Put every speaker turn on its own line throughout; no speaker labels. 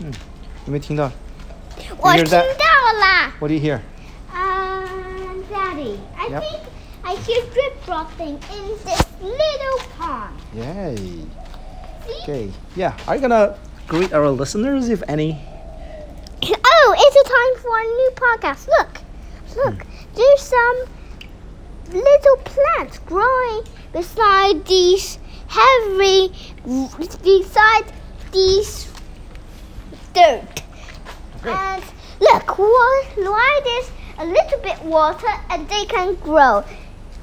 有没有听到
我
hear
听
that?
到啦。
？What do you hear?
Um, Daddy, I
Yep.
think I hear drip dropping in this little pond.
Yay.
See?
Okay. Yeah. Are you gonna greet our listeners, if any?
Oh, it's a time for a new podcast. Look, look, there's some little plants growing beside these heavy, beside these dirt. And look, why, why there's a little bit water and they can grow.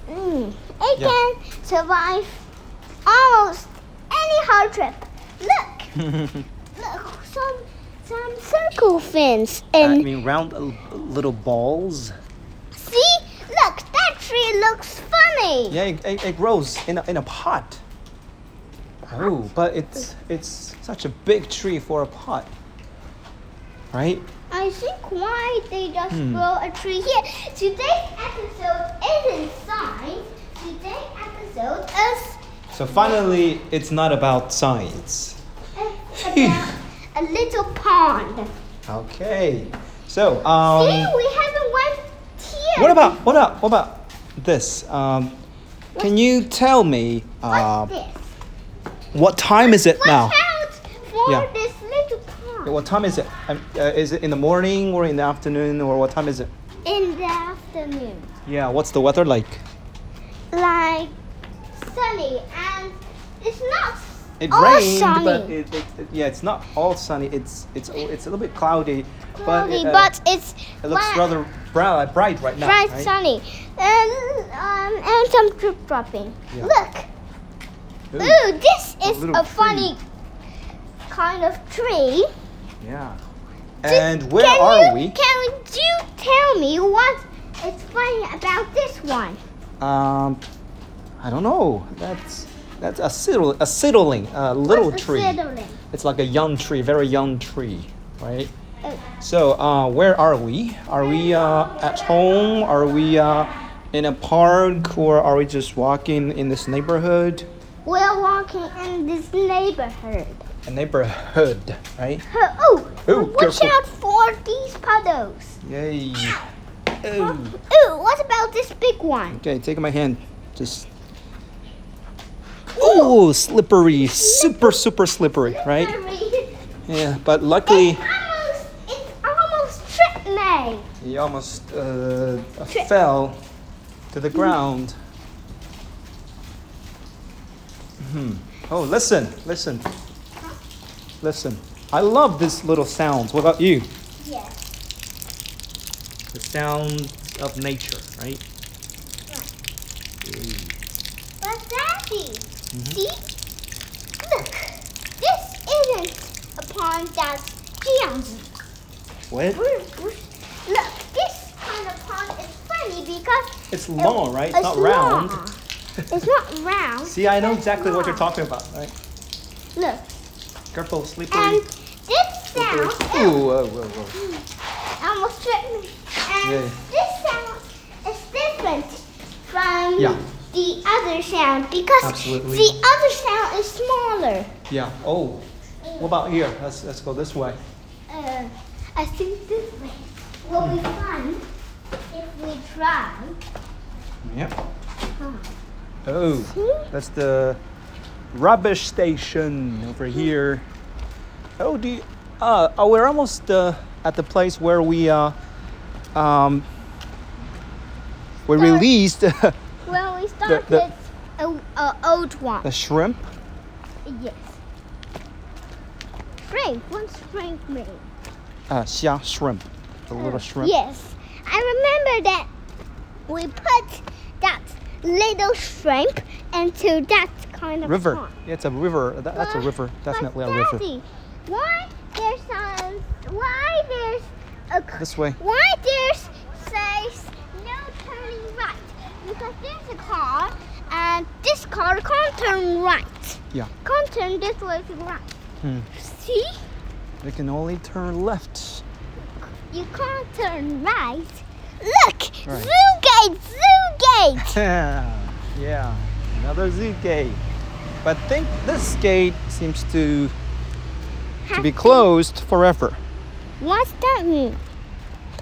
Mm, it
Yeah.
can survive almost any hardship. Look, look, some some circle fins
Uh, I
and
mean, round l- little balls.
see, look, that tree looks funny.
Yeah, it, it, it grows in a, in a pot. Oh, but it's it's such a big tree for a pot, right?
I think why they just
Hmm.
grow a tree here. Today's episode isn't science. Today's episode is
So finally, it's not about science.
is about a little pond.
Okay. So
see,
um,
we haven't went here.
what about what up what about this? Um, can you tell me uh,
What's this?
what time is it
Watch
now?
out for
Yeah.
this little pond.
What time is it? Um, uh, is it in the morning or in the afternoon or what time is it?
In the afternoon.
Yeah. What's the weather like?
Like sunny and it's not
It
all
rained,
sunny.
but it, it, it- yeah, it's not all sunny. It's it's it's a little bit cloudy, but,
cloudy,
it, uh,
but it's
it looks
bright-
rather bright, bright right now.
bright
right?
sunny and um, and some drip dropping.
Yeah.
Look,
Ooh,
ooh, this is
little
a, funny kind of tree.
Yeah.
Ju-
And where
can
are
you-
we?
Can you tell me what is funny about this one?
Um, I don't know. That's that's a siddle, a siddling, a little
What's the
tree.
settling?
It's like a young tree, very young tree, right?
Uh,
So, uh, where are we? Are we uh, at home? Are we uh, in a park, or are we just walking in this neighborhood?
we're walking in this neighborhood.
a neighborhood, right?
Huh, Oh,
Ooh,
watch
careful.
out for these puddles.
Yay.
Huh?
Oh.
Ooh, what about this big one?
Okay, take my hand. Just. Oh, slippery, super, super slippery, right?
Sorry.
Yeah, but luckily
It's almost, it's almost tripped me.
he almost uh, fell to
Mm-hmm.
the ground. Hmm. Oh, listen, listen, listen. I love these little sounds. What about you?
Yes.
The sounds of nature, right?
But Daddy,
Mm-hmm.
see? Look, this isn't a pond that's here.
What?
Look, this kind of pond is funny because
It's
it-
long, right? It's not round.
long. It's not round.
See, I know
but
exactly what you're
long.
talking about. Right?
Look,
Careful, slippery.
and this
slippery.
sound.
Ooh, whoa, whoa, whoa.
almost tripped me. And
Yeah.
this sound is different from
Yeah.
the other sound because
Absolutely.
the other sound is smaller.
Yeah. Oh, what about here? Let's let's go this way.
Uh, I think this way will be fun if we try.
Yep.
Oh.
Oh, that's the rubbish station over here. Oh, do you- uh, oh, we're almost uh, at the place where we uh, um, we
Sorry.
released the
Well,
the-
we started a, a old one.
shrimp.
yes. Frank, what's Frank made?
Uh, xia shrimp, the little shrimp.
Yes, I remember that we put that little shrimp into that kind of
River.
pond.
It's a river. That, that's a
But-
river.
but
Definitely a river.
Daddy, Why there's some, why there's a c-
This way.
Why there's says no turning right? Because there's a car and this car can't turn right.
Yeah.
Can't turn this way to right.
Hmm.
See?
We can only turn left.
You can't turn right. Look!
Right.
Zoo gate! Zoo gate!
yeah, another zoo gate. But think this gate seems to, to be
Have
closed forever.
To, What's that mean?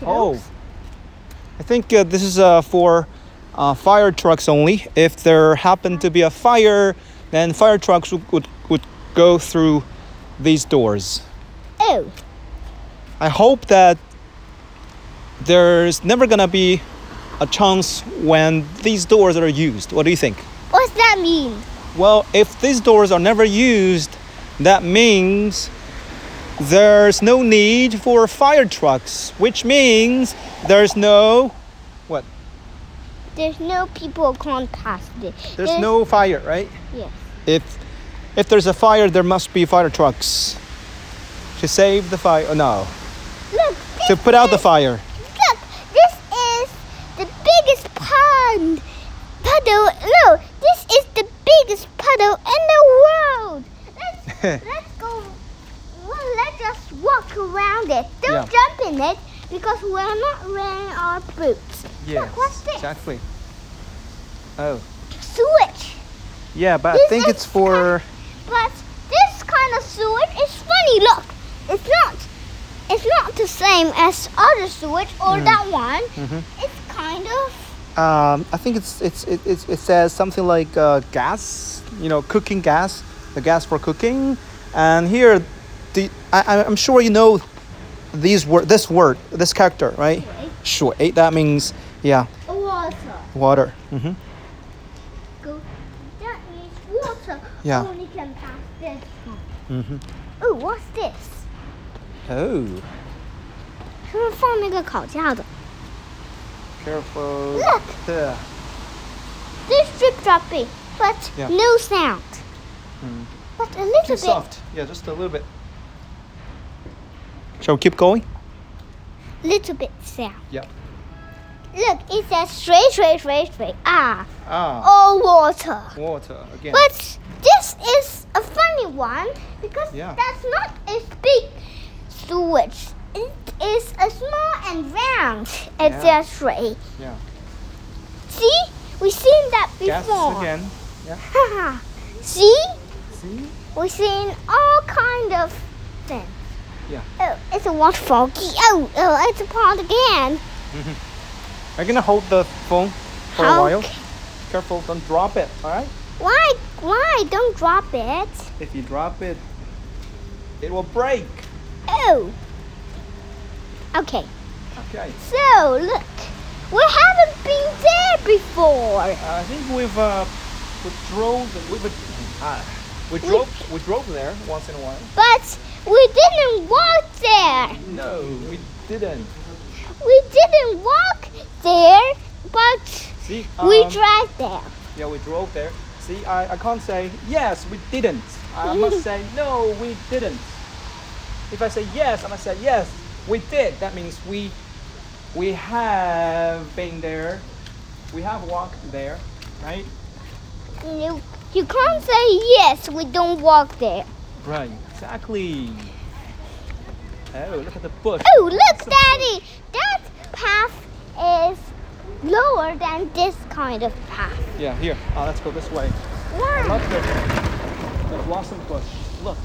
Oh, I think uh, this is uh, for uh, fire trucks only. If there happened to be a fire, then fire trucks would, would, would go through these doors.
Oh,
I hope that there's never gonna be a chance when these doors are used. What do you think?
what's that mean?
Well, if these doors are never used, that means there's no need for fire trucks, which means there's no what?
There's no people gone past it.
There's no fire, right?
Yes.
If if there's a fire, there must be fire trucks to save the fire. Oh, no,
Look.
to
this
put out the
is-
fire.
Look, this is the biggest pond puddle. No, this is the biggest puddle in the world. Let's, let's go. Well, let's just walk around it.
Yeah.
Don't jump in it because we're not wearing our boots. Look, what's this?
exactly. Oh,
Sewage.
yeah, but I
This
think
is
it's for
But this kind of sewage is funny. Look, it's not. It's not the same as other sewage or that one.
Mhm.
It's kind of
um, I think it's it's it, it, it says something like uh, gas, you know, cooking gas, the gas for cooking, and here, the I, I- I'm sure you know these word this word this character right? Sure, that means yeah,
water.
water. hmm
Go. That means water
Yeah.
only can pass this one.
hmm
Oh, what's this?
Oh,
是不是放那个烤架的
careful.
Look.
Yeah.
？This drip dropping, but
Yeah.
no sound.
Mm.
But a little
Too
bit.
soft. Yeah, just a little bit. Shall we keep going?
Little bit sound.
Yeah.
Look, it says straight, straight, straight, straight. Ah,
Ah,
all water.
water again.
Oh. But this is a funny one because
Yeah.
that's not a big sewage. It is a small and round
Yeah.
accessory.
Yeah.
See, we've seen that
Gas
before.
again.
Haha. See,
See?
we've seen all kind of things.
Yeah.
Oh, it's a waterfall. Gee, Oh, oh, it's a pond again.
Are you gonna hold the phone for a while?
Okay.
Careful, don't drop it. All right.
Why, why? Don't drop it.
If you drop it, it will break.
Oh. Okay.
Okay.
So look, we haven't been there before.
I think we've uh, we drove we've uh, we drove we drove there once in a while.
But we didn't walk there.
No, we didn't.
We didn't walk there, but
See?
we
um,
drive there.
Yeah, we drove there. See, I, I can't say yes, we didn't. I must say no, we didn't. If I say yes, I must say yes, we did. That means we we have been there. We have walked there, right?
You, you can't say yes, we don't walk there.
Right, exactly. Oh, look at the bush.
Oh, look, Daddy! That path is lower than this kind of path.
Yeah, here. Uh, let's go this way.
Why?
Look the, the blossom bush. Look,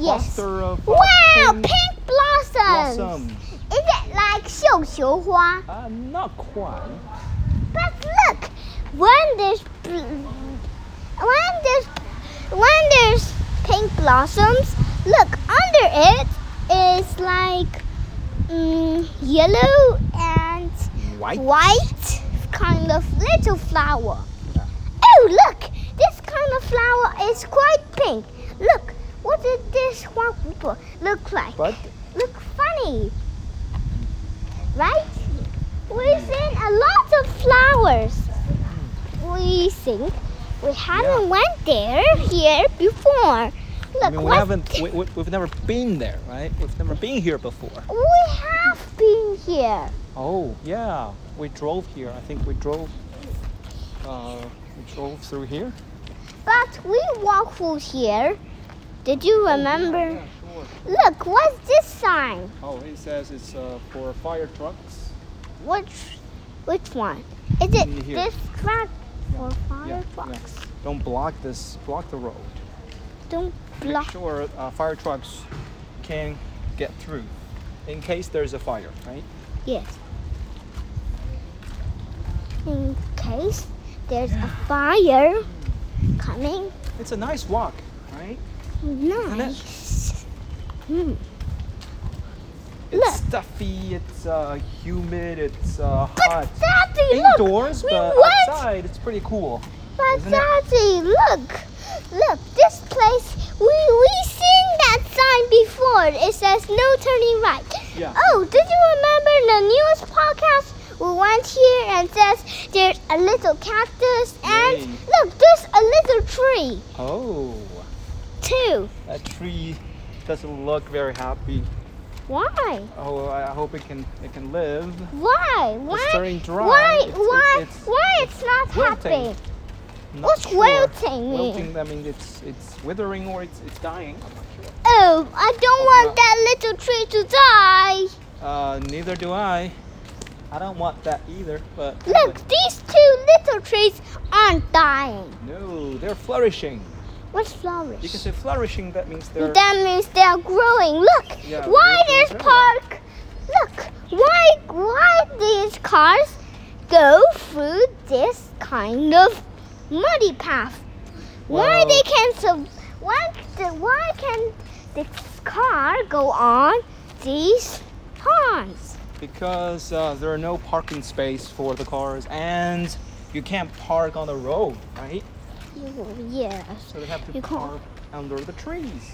Yes.
cluster of uh,
Wow,
pink
pink blossoms!
blossoms.
Is it like 绣球花?
Uh, not quite.
But look, when there's bl- when there's when there's pink blossoms, look under it is like mm, yellow and
White.
white kind of little flower.
Yeah.
Oh, look! This kind of flower is quite pink. Look, what did this one look like?
But
Look funny, right? We've seen a lot of flowers. We think we haven't went there here before. Look,
I mean, we
what-
haven't, we, we, we've never been there, right? We've never been here before.
We have been here.
Oh, yeah. We drove here. I think we drove, uh, we drove through here.
But we walk through here. Did you remember?
Yeah, sure.
Look, what's this sign?
Oh, it says it's uh, for fire trucks.
Which which one? Is it
In here.
this track for
yeah.
firefox?
Don't block this, block the road.
Don't
Make
block.
sure uh, fire trucks can get through in case there's a fire, right?
Yes. In case there's a fire coming.
It's a nice walk, right?
Nice. Hmm.
It's
Look.
stuffy, it's uh, humid, it's uh, hot.
But Daddy, look.
Indoors,
we
but
went.
outside it's pretty cool.
But
isn't it?
Daddy, look. Look, this place. We we seen that sign before. It says no turning right.
Yeah.
Oh, did you remember the newest podcast? We went here and says there's a little cactus and
Yay.
look, there's a little tree
Oh,
too.
that tree doesn't look very happy.
Why?
Oh, I I hope it can it can live.
Why? Why?
turning dry.
Why?
It's- it-
why?
it's
why it's not
wilting.
happening?
Not
What's
sure.
wilting mean?
Wilting, I mean it's it's withering or it's it's dying. I'm not sure.
Oh, I don't
not.
want that little tree to die.
Uh, neither do I. I don't want that either. But
Look, these two little trees aren't dying.
no, they're flourishing.
What's
You can
flourish?
say flourishing. That means they're
That means they are growing. Look,
Yeah,
why
they're
there's
growing.
park? Look, why why these cars go through this kind of muddy path? Why
Well-
they can so? Why the, why can the car go on these ponds?
because uh, there are no parking space for the cars, and you can't park on the road, right?
Yes.
So they have to
You can't.
park under the trees.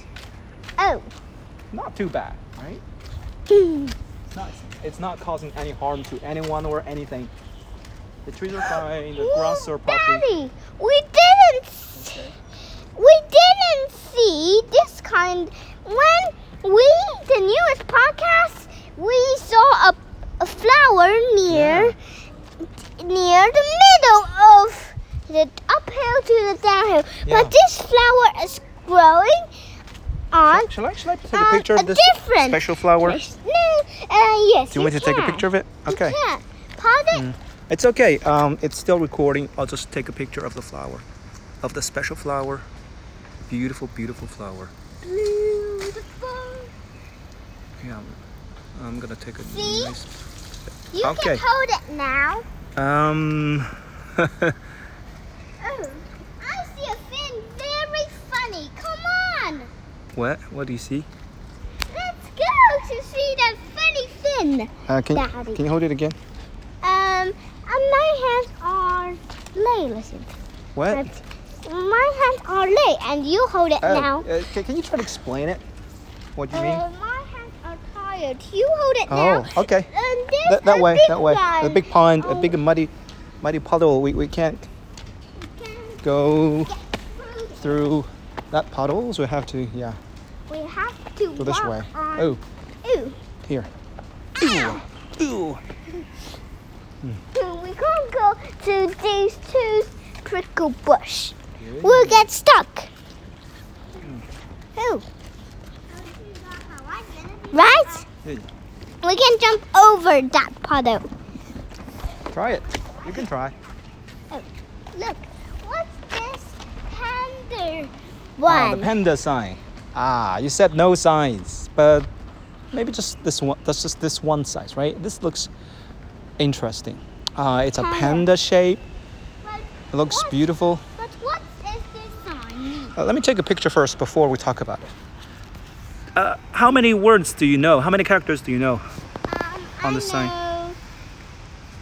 Oh.
Not too bad, right? It's not, it's not causing any harm to anyone or anything. The trees are fine. The grass are properly.
Daddy, we didn't s we didn't see this kind when we the newest podcast we saw a, a flower near near the middle of the uphill to the downhill.
Yeah.
But this flower is growing on
Shall I, shall I take
on
a picture
uh, a
of this
different
special flower? Do
place. No, uh, yes.
you want me to take a
can.
picture of it?
You
Okay. Mm.
can. Pardon?
It's okay. Um, it's still recording. I'll just take a picture of the flower, of the special flower. Beautiful, beautiful flower.
Beautiful.
Yeah, I'm, I'm gonna take a
See?
nice.
You
Okay.
can hold it now.
Um,
Oh, I see a fin very funny. Come on.
what? What do you see?
Let's go to see that funny fin.
Uh, can
Daddy.
can you hold it again?
Um, and my hands are lay. Listen.
What?
But My hands are lay, and you hold it
Oh,
now.
uh, can, can you try to explain it? What do you mean?
Uh, my hands are tired. You hold it
Oh,
now.
okay.
And there's
That, that
a
way,
big
that way. A
one.
big pond, a
Oh,
big muddy, muddy puddle. We, we can't
can-
go
can-
through that puddle, so we have to, yeah,
We have to
go this
walk
way.
on.
Oh,
Ooh.
here.
Ow.
Ooh.
We can't go to these two prickle bush. We'll get stuck. Oh, right?
Hey,
We can jump over that puddle.
Try it. You can try.
Look, what's this panda
Ah,
one?
the panda sign. Ah, you said no signs, but maybe just this one. That's just this one size, right? This looks interesting. Uh, it's a
Panda.
panda shape.
but,
It looks
what-
beautiful.
But what is this sign?
Uh, let me take a picture first before we talk about it. Uh, how many words do you know? How many characters do you know?
Um,
On
I
the sign.
know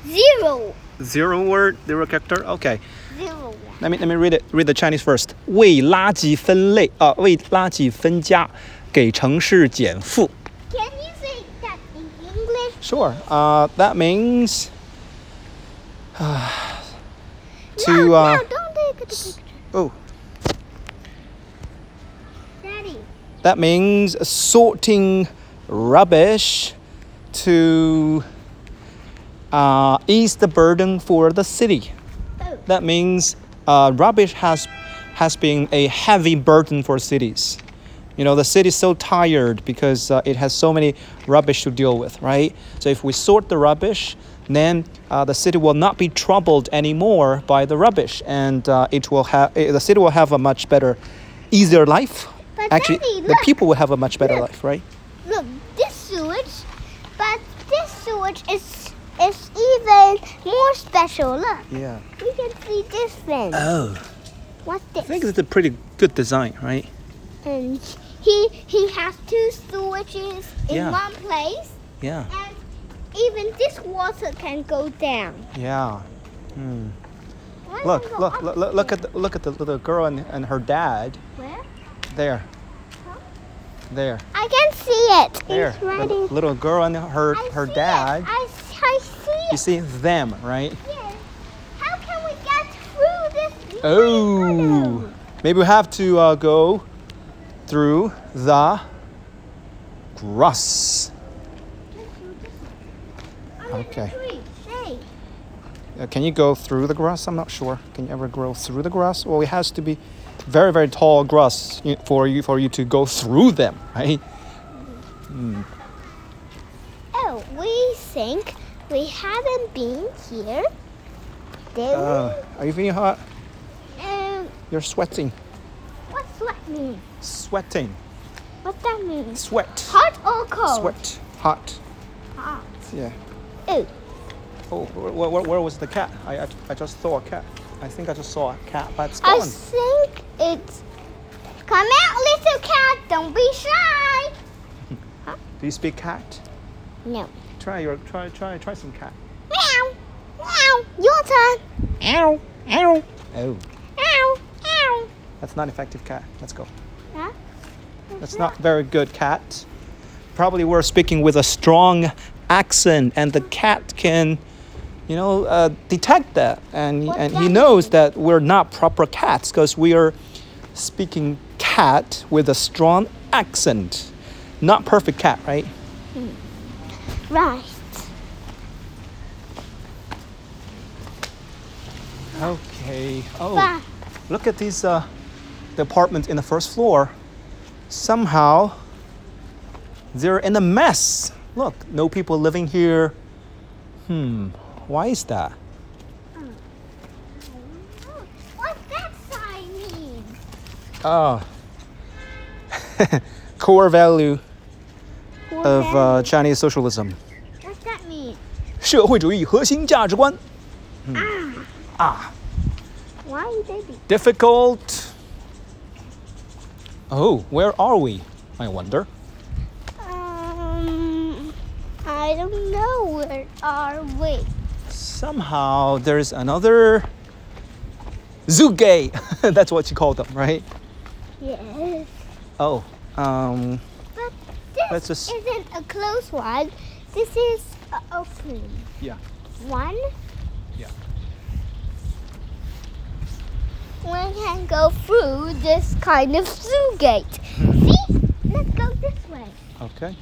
Zero.
Zero word, zero character. Okay.
Zero one.
Let me let me read it. Read the Chinese first. 为垃圾分类啊、呃，为垃圾分家，给城市减负。
Can you say that in English?
Sure. Uh, that means to
no,
uh,
no, don't take a picture.
oh,
Daddy.
that means sorting rubbish to uh, ease the burden for the city.
Oh.
That means uh, rubbish has has been a heavy burden for cities. You know, the city's so tired because uh, it has so many rubbish to deal with, right? So if we sort the rubbish, then uh, the city will not be troubled anymore by the rubbish, and uh, it will have the city will have a much better, easier life.
But
Actually,
Daddy,
the
look.
people will have a much better life, right?
Look, which is is even more special. Look,
Yeah.
we can see this thing.
Oh,
What's
I think
this?
it's a pretty good design, right?
And he he has two switches in
Yeah.
one place,
Yeah.
and even this water can go down.
Yeah. Hmm.
Why does it
Look,
go
look,
up
look, look, look at
again?
the, look at the little girl and, and her dad
Where?
there. There,
I can see it.
there.
It's
The
riding.
little girl and her
I
her
see it.
dad.
I, s- I see
You
it.
see them, right?
Yes. How can we get through this?
Oh,
tunnel?
maybe we have to uh, go through the grass.
Under the
Okay.
tree, say.
Uh, can you go through the grass? I'm not sure. Can you ever grow through the grass? Well, it has to be very, very tall grass you- for you for you to go through them, right?
Oh, we think we haven't been here. Did
Uh, are you feeling hot?
we? Um,
You're sweating,
what's that mean?
sweating,
What that means?
sweat,
Hot or cold?
sweat, hot.
Hot.
Yeah.
Oh,
Oh, where, where, where was the cat? I, I, I just saw a cat. I think I just saw a cat, but it's
I
gone.
think it's. Come out, little cat. Don't be shy.
Do you speak cat?
No.
Try your try try try some cat.
Meow. Meow. Your turn. Ow. Ow.
Oh,
Ow. Ow.
that's not effective cat. Let's go.
Huh?
That's not very good cat. Probably we're speaking with a strong accent, and the cat can, you know, uh, detect that, and
What
and
that
he knows that we're not proper cats because we are speaking cat with a strong accent. Not perfect cat, right?
Right.
Okay. Oh.
But
look at these uh, the apartment in the first floor somehow they're in a mess look no people living here hmm why is that
Oh, what's that sign mean?
oh core value of uh, chinese socialism
What's that mean?
社会主义核心价值观
Why are they be?
difficult oh where are we i wonder
Um, I don't know. Where are we?
somehow there's another Zuge. That's what you call them, right?
Yes.
Oh, um,
But this
Let's just-
isn't a close one. This is a open
yeah.
one.
Yeah.
One can go through this kind of zoo gate.
Hmm.
See? Let's go this way.
Okay.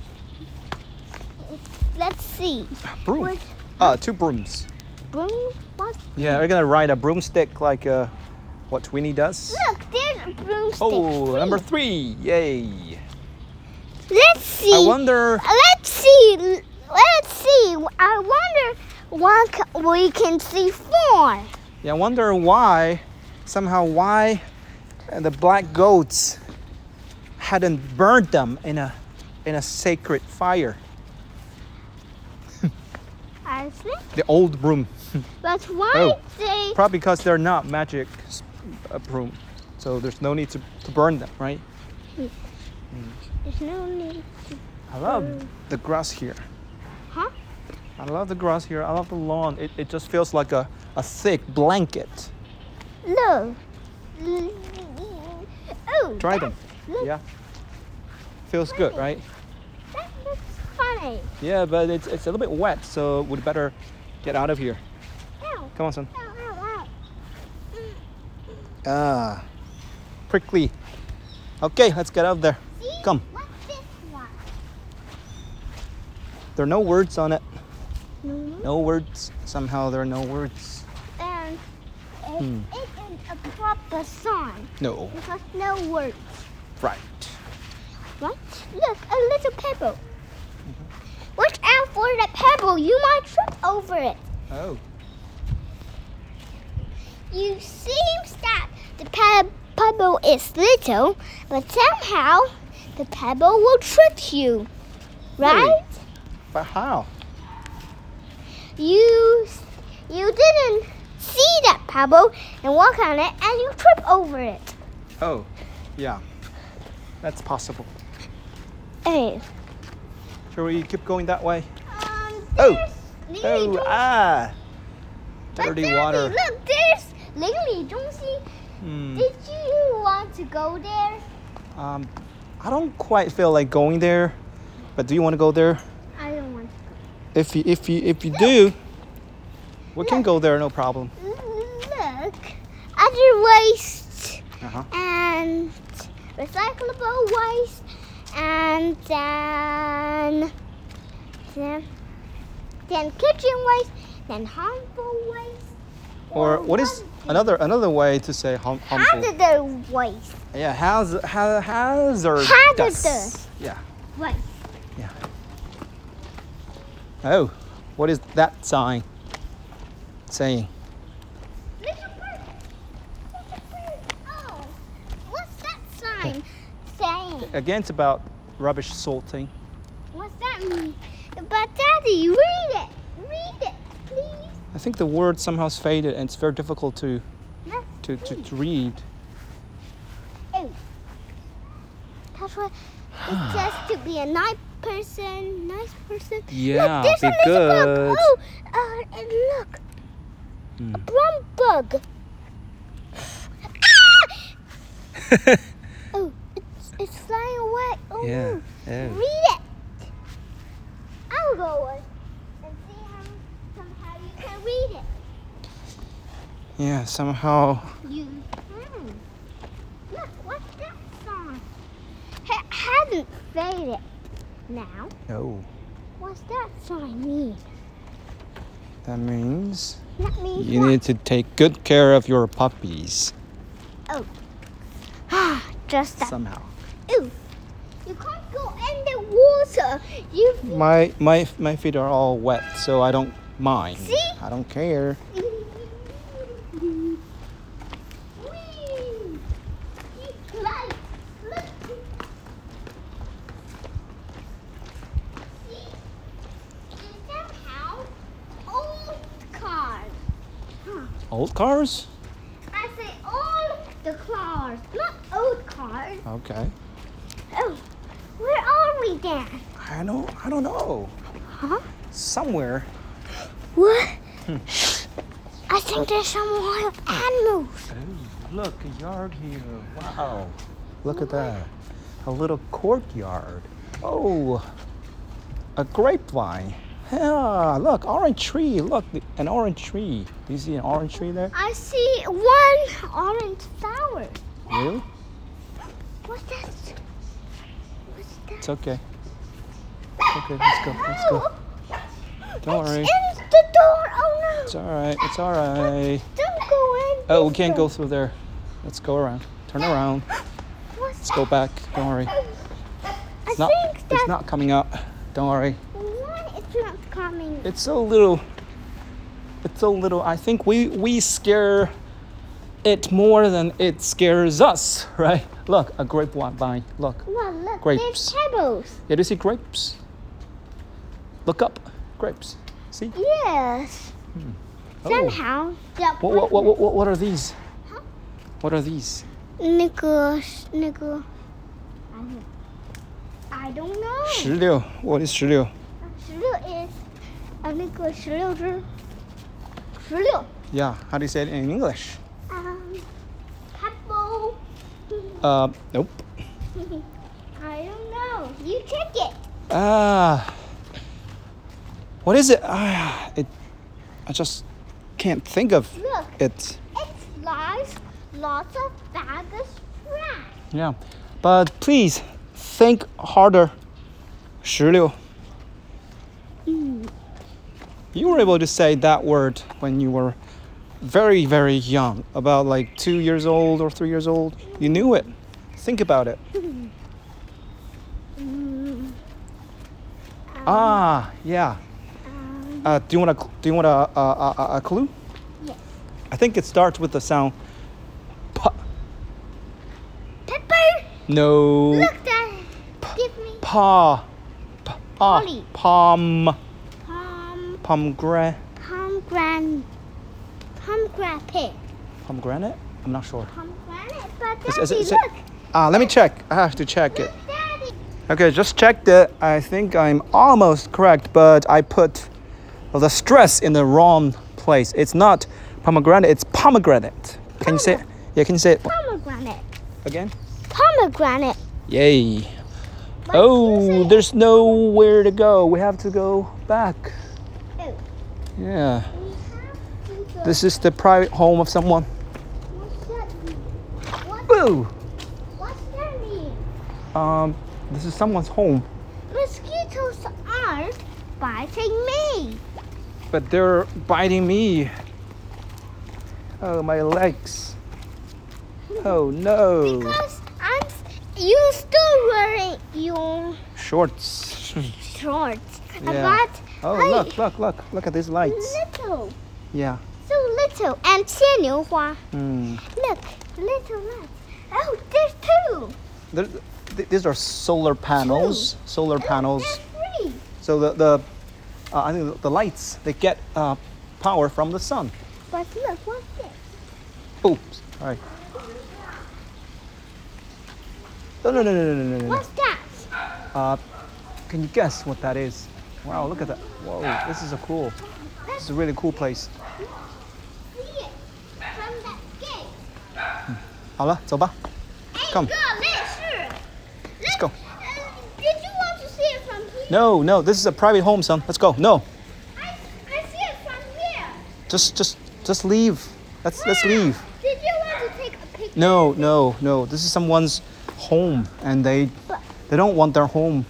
Let's see.
Broom.
What
Ah, two brooms.
broom? What?
Yeah, we're gonna ride a broomstick like uh, what Twinny does.
Look, there's a broomstick.
Oh,
Three.
number three! Yay!
Let's see.
I wonder.
Let's see. Let's see. I wonder what c- we can see for.
Yeah, I wonder why, somehow why, uh, the black goats hadn't burned them in a in a sacred fire.
I think.
The old broom.
But why
Oh.
they?
Probably because they're not magic s- uh, broom, so there's no need to, to burn them, right?
There's no need.
I love the grass here.
Huh?
I love the grass here. I love the lawn. It, it just feels like a, a thick blanket.
No. Oh.
Try them.
that Look,
Yeah. Feels good, right?
That looks funny.
Yeah, but it's, it's a little bit wet, so we'd better get out of here.
Ow.
Come on, son.
Ow, ow, ow.
Ah, prickly. Okay, let's get out of there.
See?
Come.
What's this one?
There are no words on it.
No.
No words. Somehow there are no words.
And it
Hmm.
isn't a proper sign
No.
because no words.
Right.
What? Look, a little pebble.
Mm-hmm.
Watch out for the pebble. You might trip over it.
Oh.
You seems that the pe- pebble is little, but somehow the pebble will trip you. Right?
But how?
you you didn't see that pebble and walk on it and you trip over it.
Oh, yeah. That's possible.
Hey.
Shall we keep going that way?
Um,
Oh.
there's Lily
Oh,
Jones-
ah!
but
Dirty
Daddy,
water.
Look, there's Lily Jonesy.
Hmm.
Did you want to go there?
Um, I don't quite feel like going there, but do you want to go there?
I don't want to.
If you if you if you do, we can
Look.
go there, no problem.
Look, other waste
Uh-huh.
and recyclable waste, and then, then then kitchen waste, then harmful waste.
Or what is another another way to say harm, harmful?
hazardous waste?
Yeah, haz ha- hazardous.
Hazardous.
Yeah.
Waste.
Oh, what is that sign saying?
Little bird. Little bird. Oh, what's that sign saying?
Again, it's about rubbish sorting.
What's that mean? But Daddy, read it. Read it, please.
I think the word somehow's faded, and it's very difficult to
Let's
to, to,
read.
to read.
That's why it says to be a nice person. Nice person.
Yeah,
look, there's
be
a little
good. Hmm.
bug. Oh, uh, and look, a brown bug. Ah! Oh, it's, it's flying away. Oh,
yeah.
no.
Oh.
Read it. I'll go on and see how somehow you can read it.
Yeah. Somehow
You can. Look, what's that song? It hasn't faded now.
No,
What's that sign mean?
that means
That means
you
what?
need to take good care of your puppies
Ah, just that.
somehow.
Ooh. You can't go in the water. You
My my my feet are all wet, so I don't mind.
See?
I don't care.
Whee! He's light. Look. See? And somehow, old cars.
Old cars?
I say all the cars, not old cars.
Okay.
Oh, where are we then?
I don't I don't know.
Huh?
Somewhere.
What?
Hmm.
I think there's some wild animals.
Oh, look a yard here. Wow. Look at that. A little courtyard. Oh, a grapevine. Yeah, look, orange tree. Look, the- an orange tree. Do you see an orange tree there?
I see one orange flower.
Really?
What's that? What's that?
It's okay. Okay, let's go. Let's go. Don't
it's
worry.
in the door. Oh no!
It's all right. It's all right.
Don't go in.
Oh, we
this
can't
door.
go through there. Let's go around. Turn around.
What's
Let's go back. Don't worry.
I
It's not.
think
It's
that's
not coming up. Don't worry.
why it's not coming.
It's so little. It's so little. I think we we scare it more than it scares us, right? Look, a grape wi- vine. Look.
Well, look,
Grapes.
there's pebbles.
Yeah, do you see grapes? Look up. Grapes. See?
Yes.
Oh.
Somehow. that
What what, what
plant-
what what are these?
Huh?
What are these?
Nicholas, Nicholas. I don't know.
石榴. What is 石榴?
Shrill is a Nicholas Shrill. Shrill.
Yeah, how do you say it in English?
Um, pebble.
Uh, nope.
I don't know. You check it.
Ah. what is it? Ah, it. I just can't think of
Look,
it.
it's lies lots of bags of trash.
Yeah. But please think harder. 石榴. You were able to say that word when you were very, very young, about like two years old or three years old. You knew it. Think about it. Ah, yeah.
Um,
Uh, do you want a do you uh, want a, a, a, a clue?
Yes.
I think it starts with the sound. P.
Pepper,
No.
look that. Give me
Pa. Pa.
Polly.
Palm.
um
Pomegranate.
pomegranate pig.
Pomegranate? I'm not sure.
Pomegranate, but
Is-
Daddy,
is it- is it-
look,
Ah, let me check. I have to check it.
look, Daddy.
Okay, just checked it. I think I'm almost correct, but I put the stress in the wrong place. It's not pomegranate, it's pomegranate. Can you say it? Yeah, can you say it
Pomegranate.
again?
Pomegranate.
Yay.
What did you
Oh,
say?
there's nowhere to go. We have to go back.
Oh,
Yeah.
we have to go.
This is the private home of someone.
What's that mean? What,
Boo!
what's that mean?
Um, this is someone's home,
Mosquitoes aren't biting me.
but they're biting me. Oh, my legs. Oh no.
Because I'm. You're still wearing your
Shorts.
shorts.
Yeah.
But
Oh,
I-
look, look, look, look at these lights.
Little.
Yeah.
So little. And 牵牛花.
Hmm.
Look, little rat. Oh, there's two.
There- th- These are solar panels. Solar panels.
Look, there's three.
So the, the uh, I think the lights they get uh, power from the sun.
But look, what's this?
Oops. All right. No, no, no, no, no, no, no, no.
What's that?
Uh, can you guess what that is? Wow, look at that. Whoa, this is a cool. This is a really cool place.
See it from that gate.
好了，走吧。
Hey,
Come.
Go, let's sure.
Let's go.
Uh, did you want to see it from here?
No, no, this is a private home, son. Let's go. No,
I, I see it from here.
just, just, just leave. Let's, let's
Wow.
leave.
Did you want to take a picture?
No, no, no. This is someone's home, and they, they don't want their home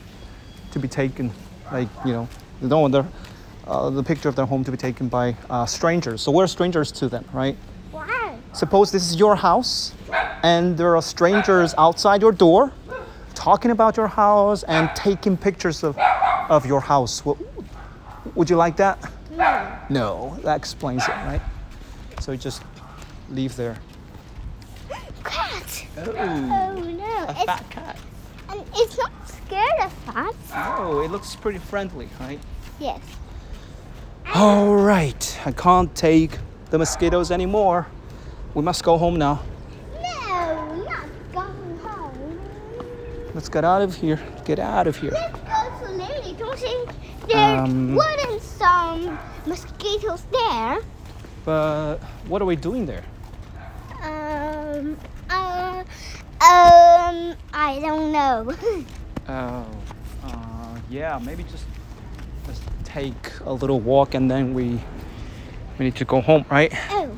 to be taken. Like you know, they don't want their, uh, the picture of their home to be taken by uh, strangers. So we're strangers to them, right?
Why?
Suppose this is your house and there are strangers outside your door talking about your house and taking pictures of, of your house. W- Would you like that?
No.
No, that explains it, right? So you just leave there.
Cat.
Oh,
Oh no. It's,
cat.
and it's not scared of us.
Oh, it looks pretty friendly, right?
Yes.
All right, I can't take the mosquitoes anymore. We must go home now.
No, not going home.
Let's get out of here. Get out of here.
Let's go to Lily. Don't think there
Um,
weren't some mosquitoes there.
But what are we doing there?
Um, uh, um, I don't know.
Oh, uh, yeah, maybe just let's take a little walk and then we we need to go home, right?
oh,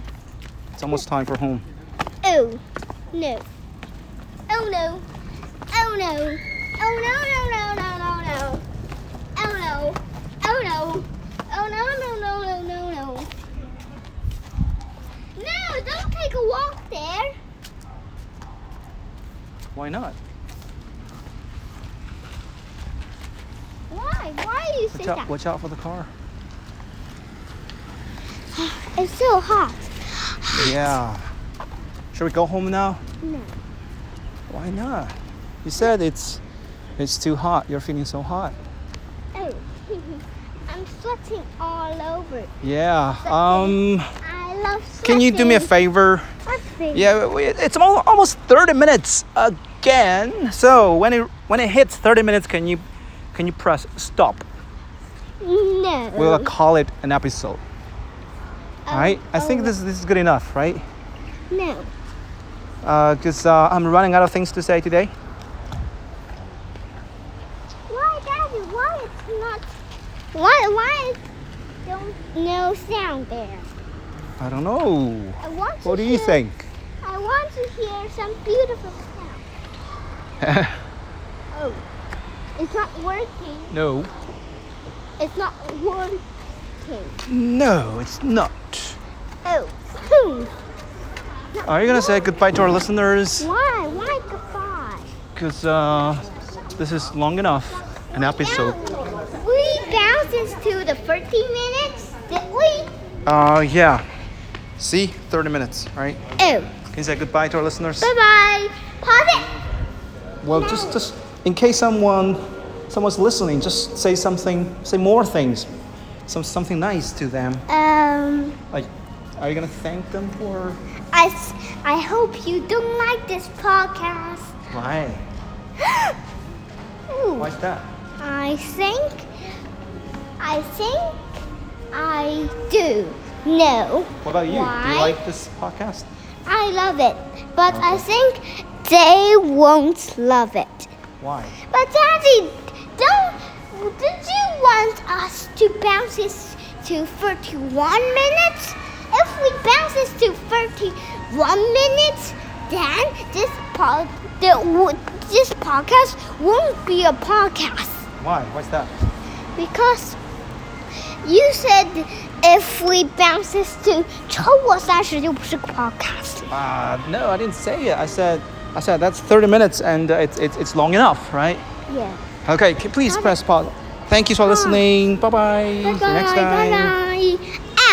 It's almost time for home.
oh, no. Oh no. Oh no. Oh no, no, no, no, no, no. Oh no. Oh no. Oh no, no, no, no, no, no. No, don't take a walk there.
Why not?
Why? Why do you say
Watch out,
that?
watch out for the car.
It's so hot.
Yeah. Should we go home now?
No.
Why not? You said it's it's too hot. You're feeling so hot.
Oh. I'm sweating all over.
Yeah. Um
I love sweating.
can you do me a favor?
Sweating.
Yeah, we- it's al- almost 30 minutes again. So, when it when it hits 30 minutes, can you can you press stop?
No.
we'll call it an episode.
Oh,
all right. I think
oh,
this this is good enough, right?
No.
Because uh, I'm running out of things to say today.
Why, Daddy? Why it's not? Why? Why is don't no sound there?
I don't know.
I want to.
What do you
hear-
think?
I want to hear some beautiful sound. Oh, it's not working.
no.
It's not working.
No, it's not.
Oh, hmm.
Are you gonna say goodbye to our listeners?
Why? Why goodbye?
Because uh, this is long enough, an episode.
Now, we bounces to the 30 minutes, did we?
Uh, yeah. See, 30 minutes, right?
Oh,
Can you say goodbye to our listeners?
bye bye. Pause it.
Well, just just in case someone someone's listening, just say something, say more things, some something nice to them.
Um,
Like, Are you gonna thank them for
I, s- I hope you don't like this podcast.
why?
Ooh.
Why's that?
I think, I think, I do. No.
What about you? Do
Why?
you like this podcast?
I love it, but I think they won't love it.
Why?
But Daddy, don't. Did you want us to bounce this to 31 minutes? If we bounce this to 31 minutes, then this pod, the, w- this podcast won't be a podcast
Why? Why's that?
because you said if we bounce this to 超过三十就不是 podcast
Uh, no, I didn't say it. I said, I said that's 30 minutes and uh, it's, it's, it's long enough, right?
Yeah.
Okay, c- please press pause. Thank you for listening. Bye bye.
Bye bye.
Next time.
Bye bye.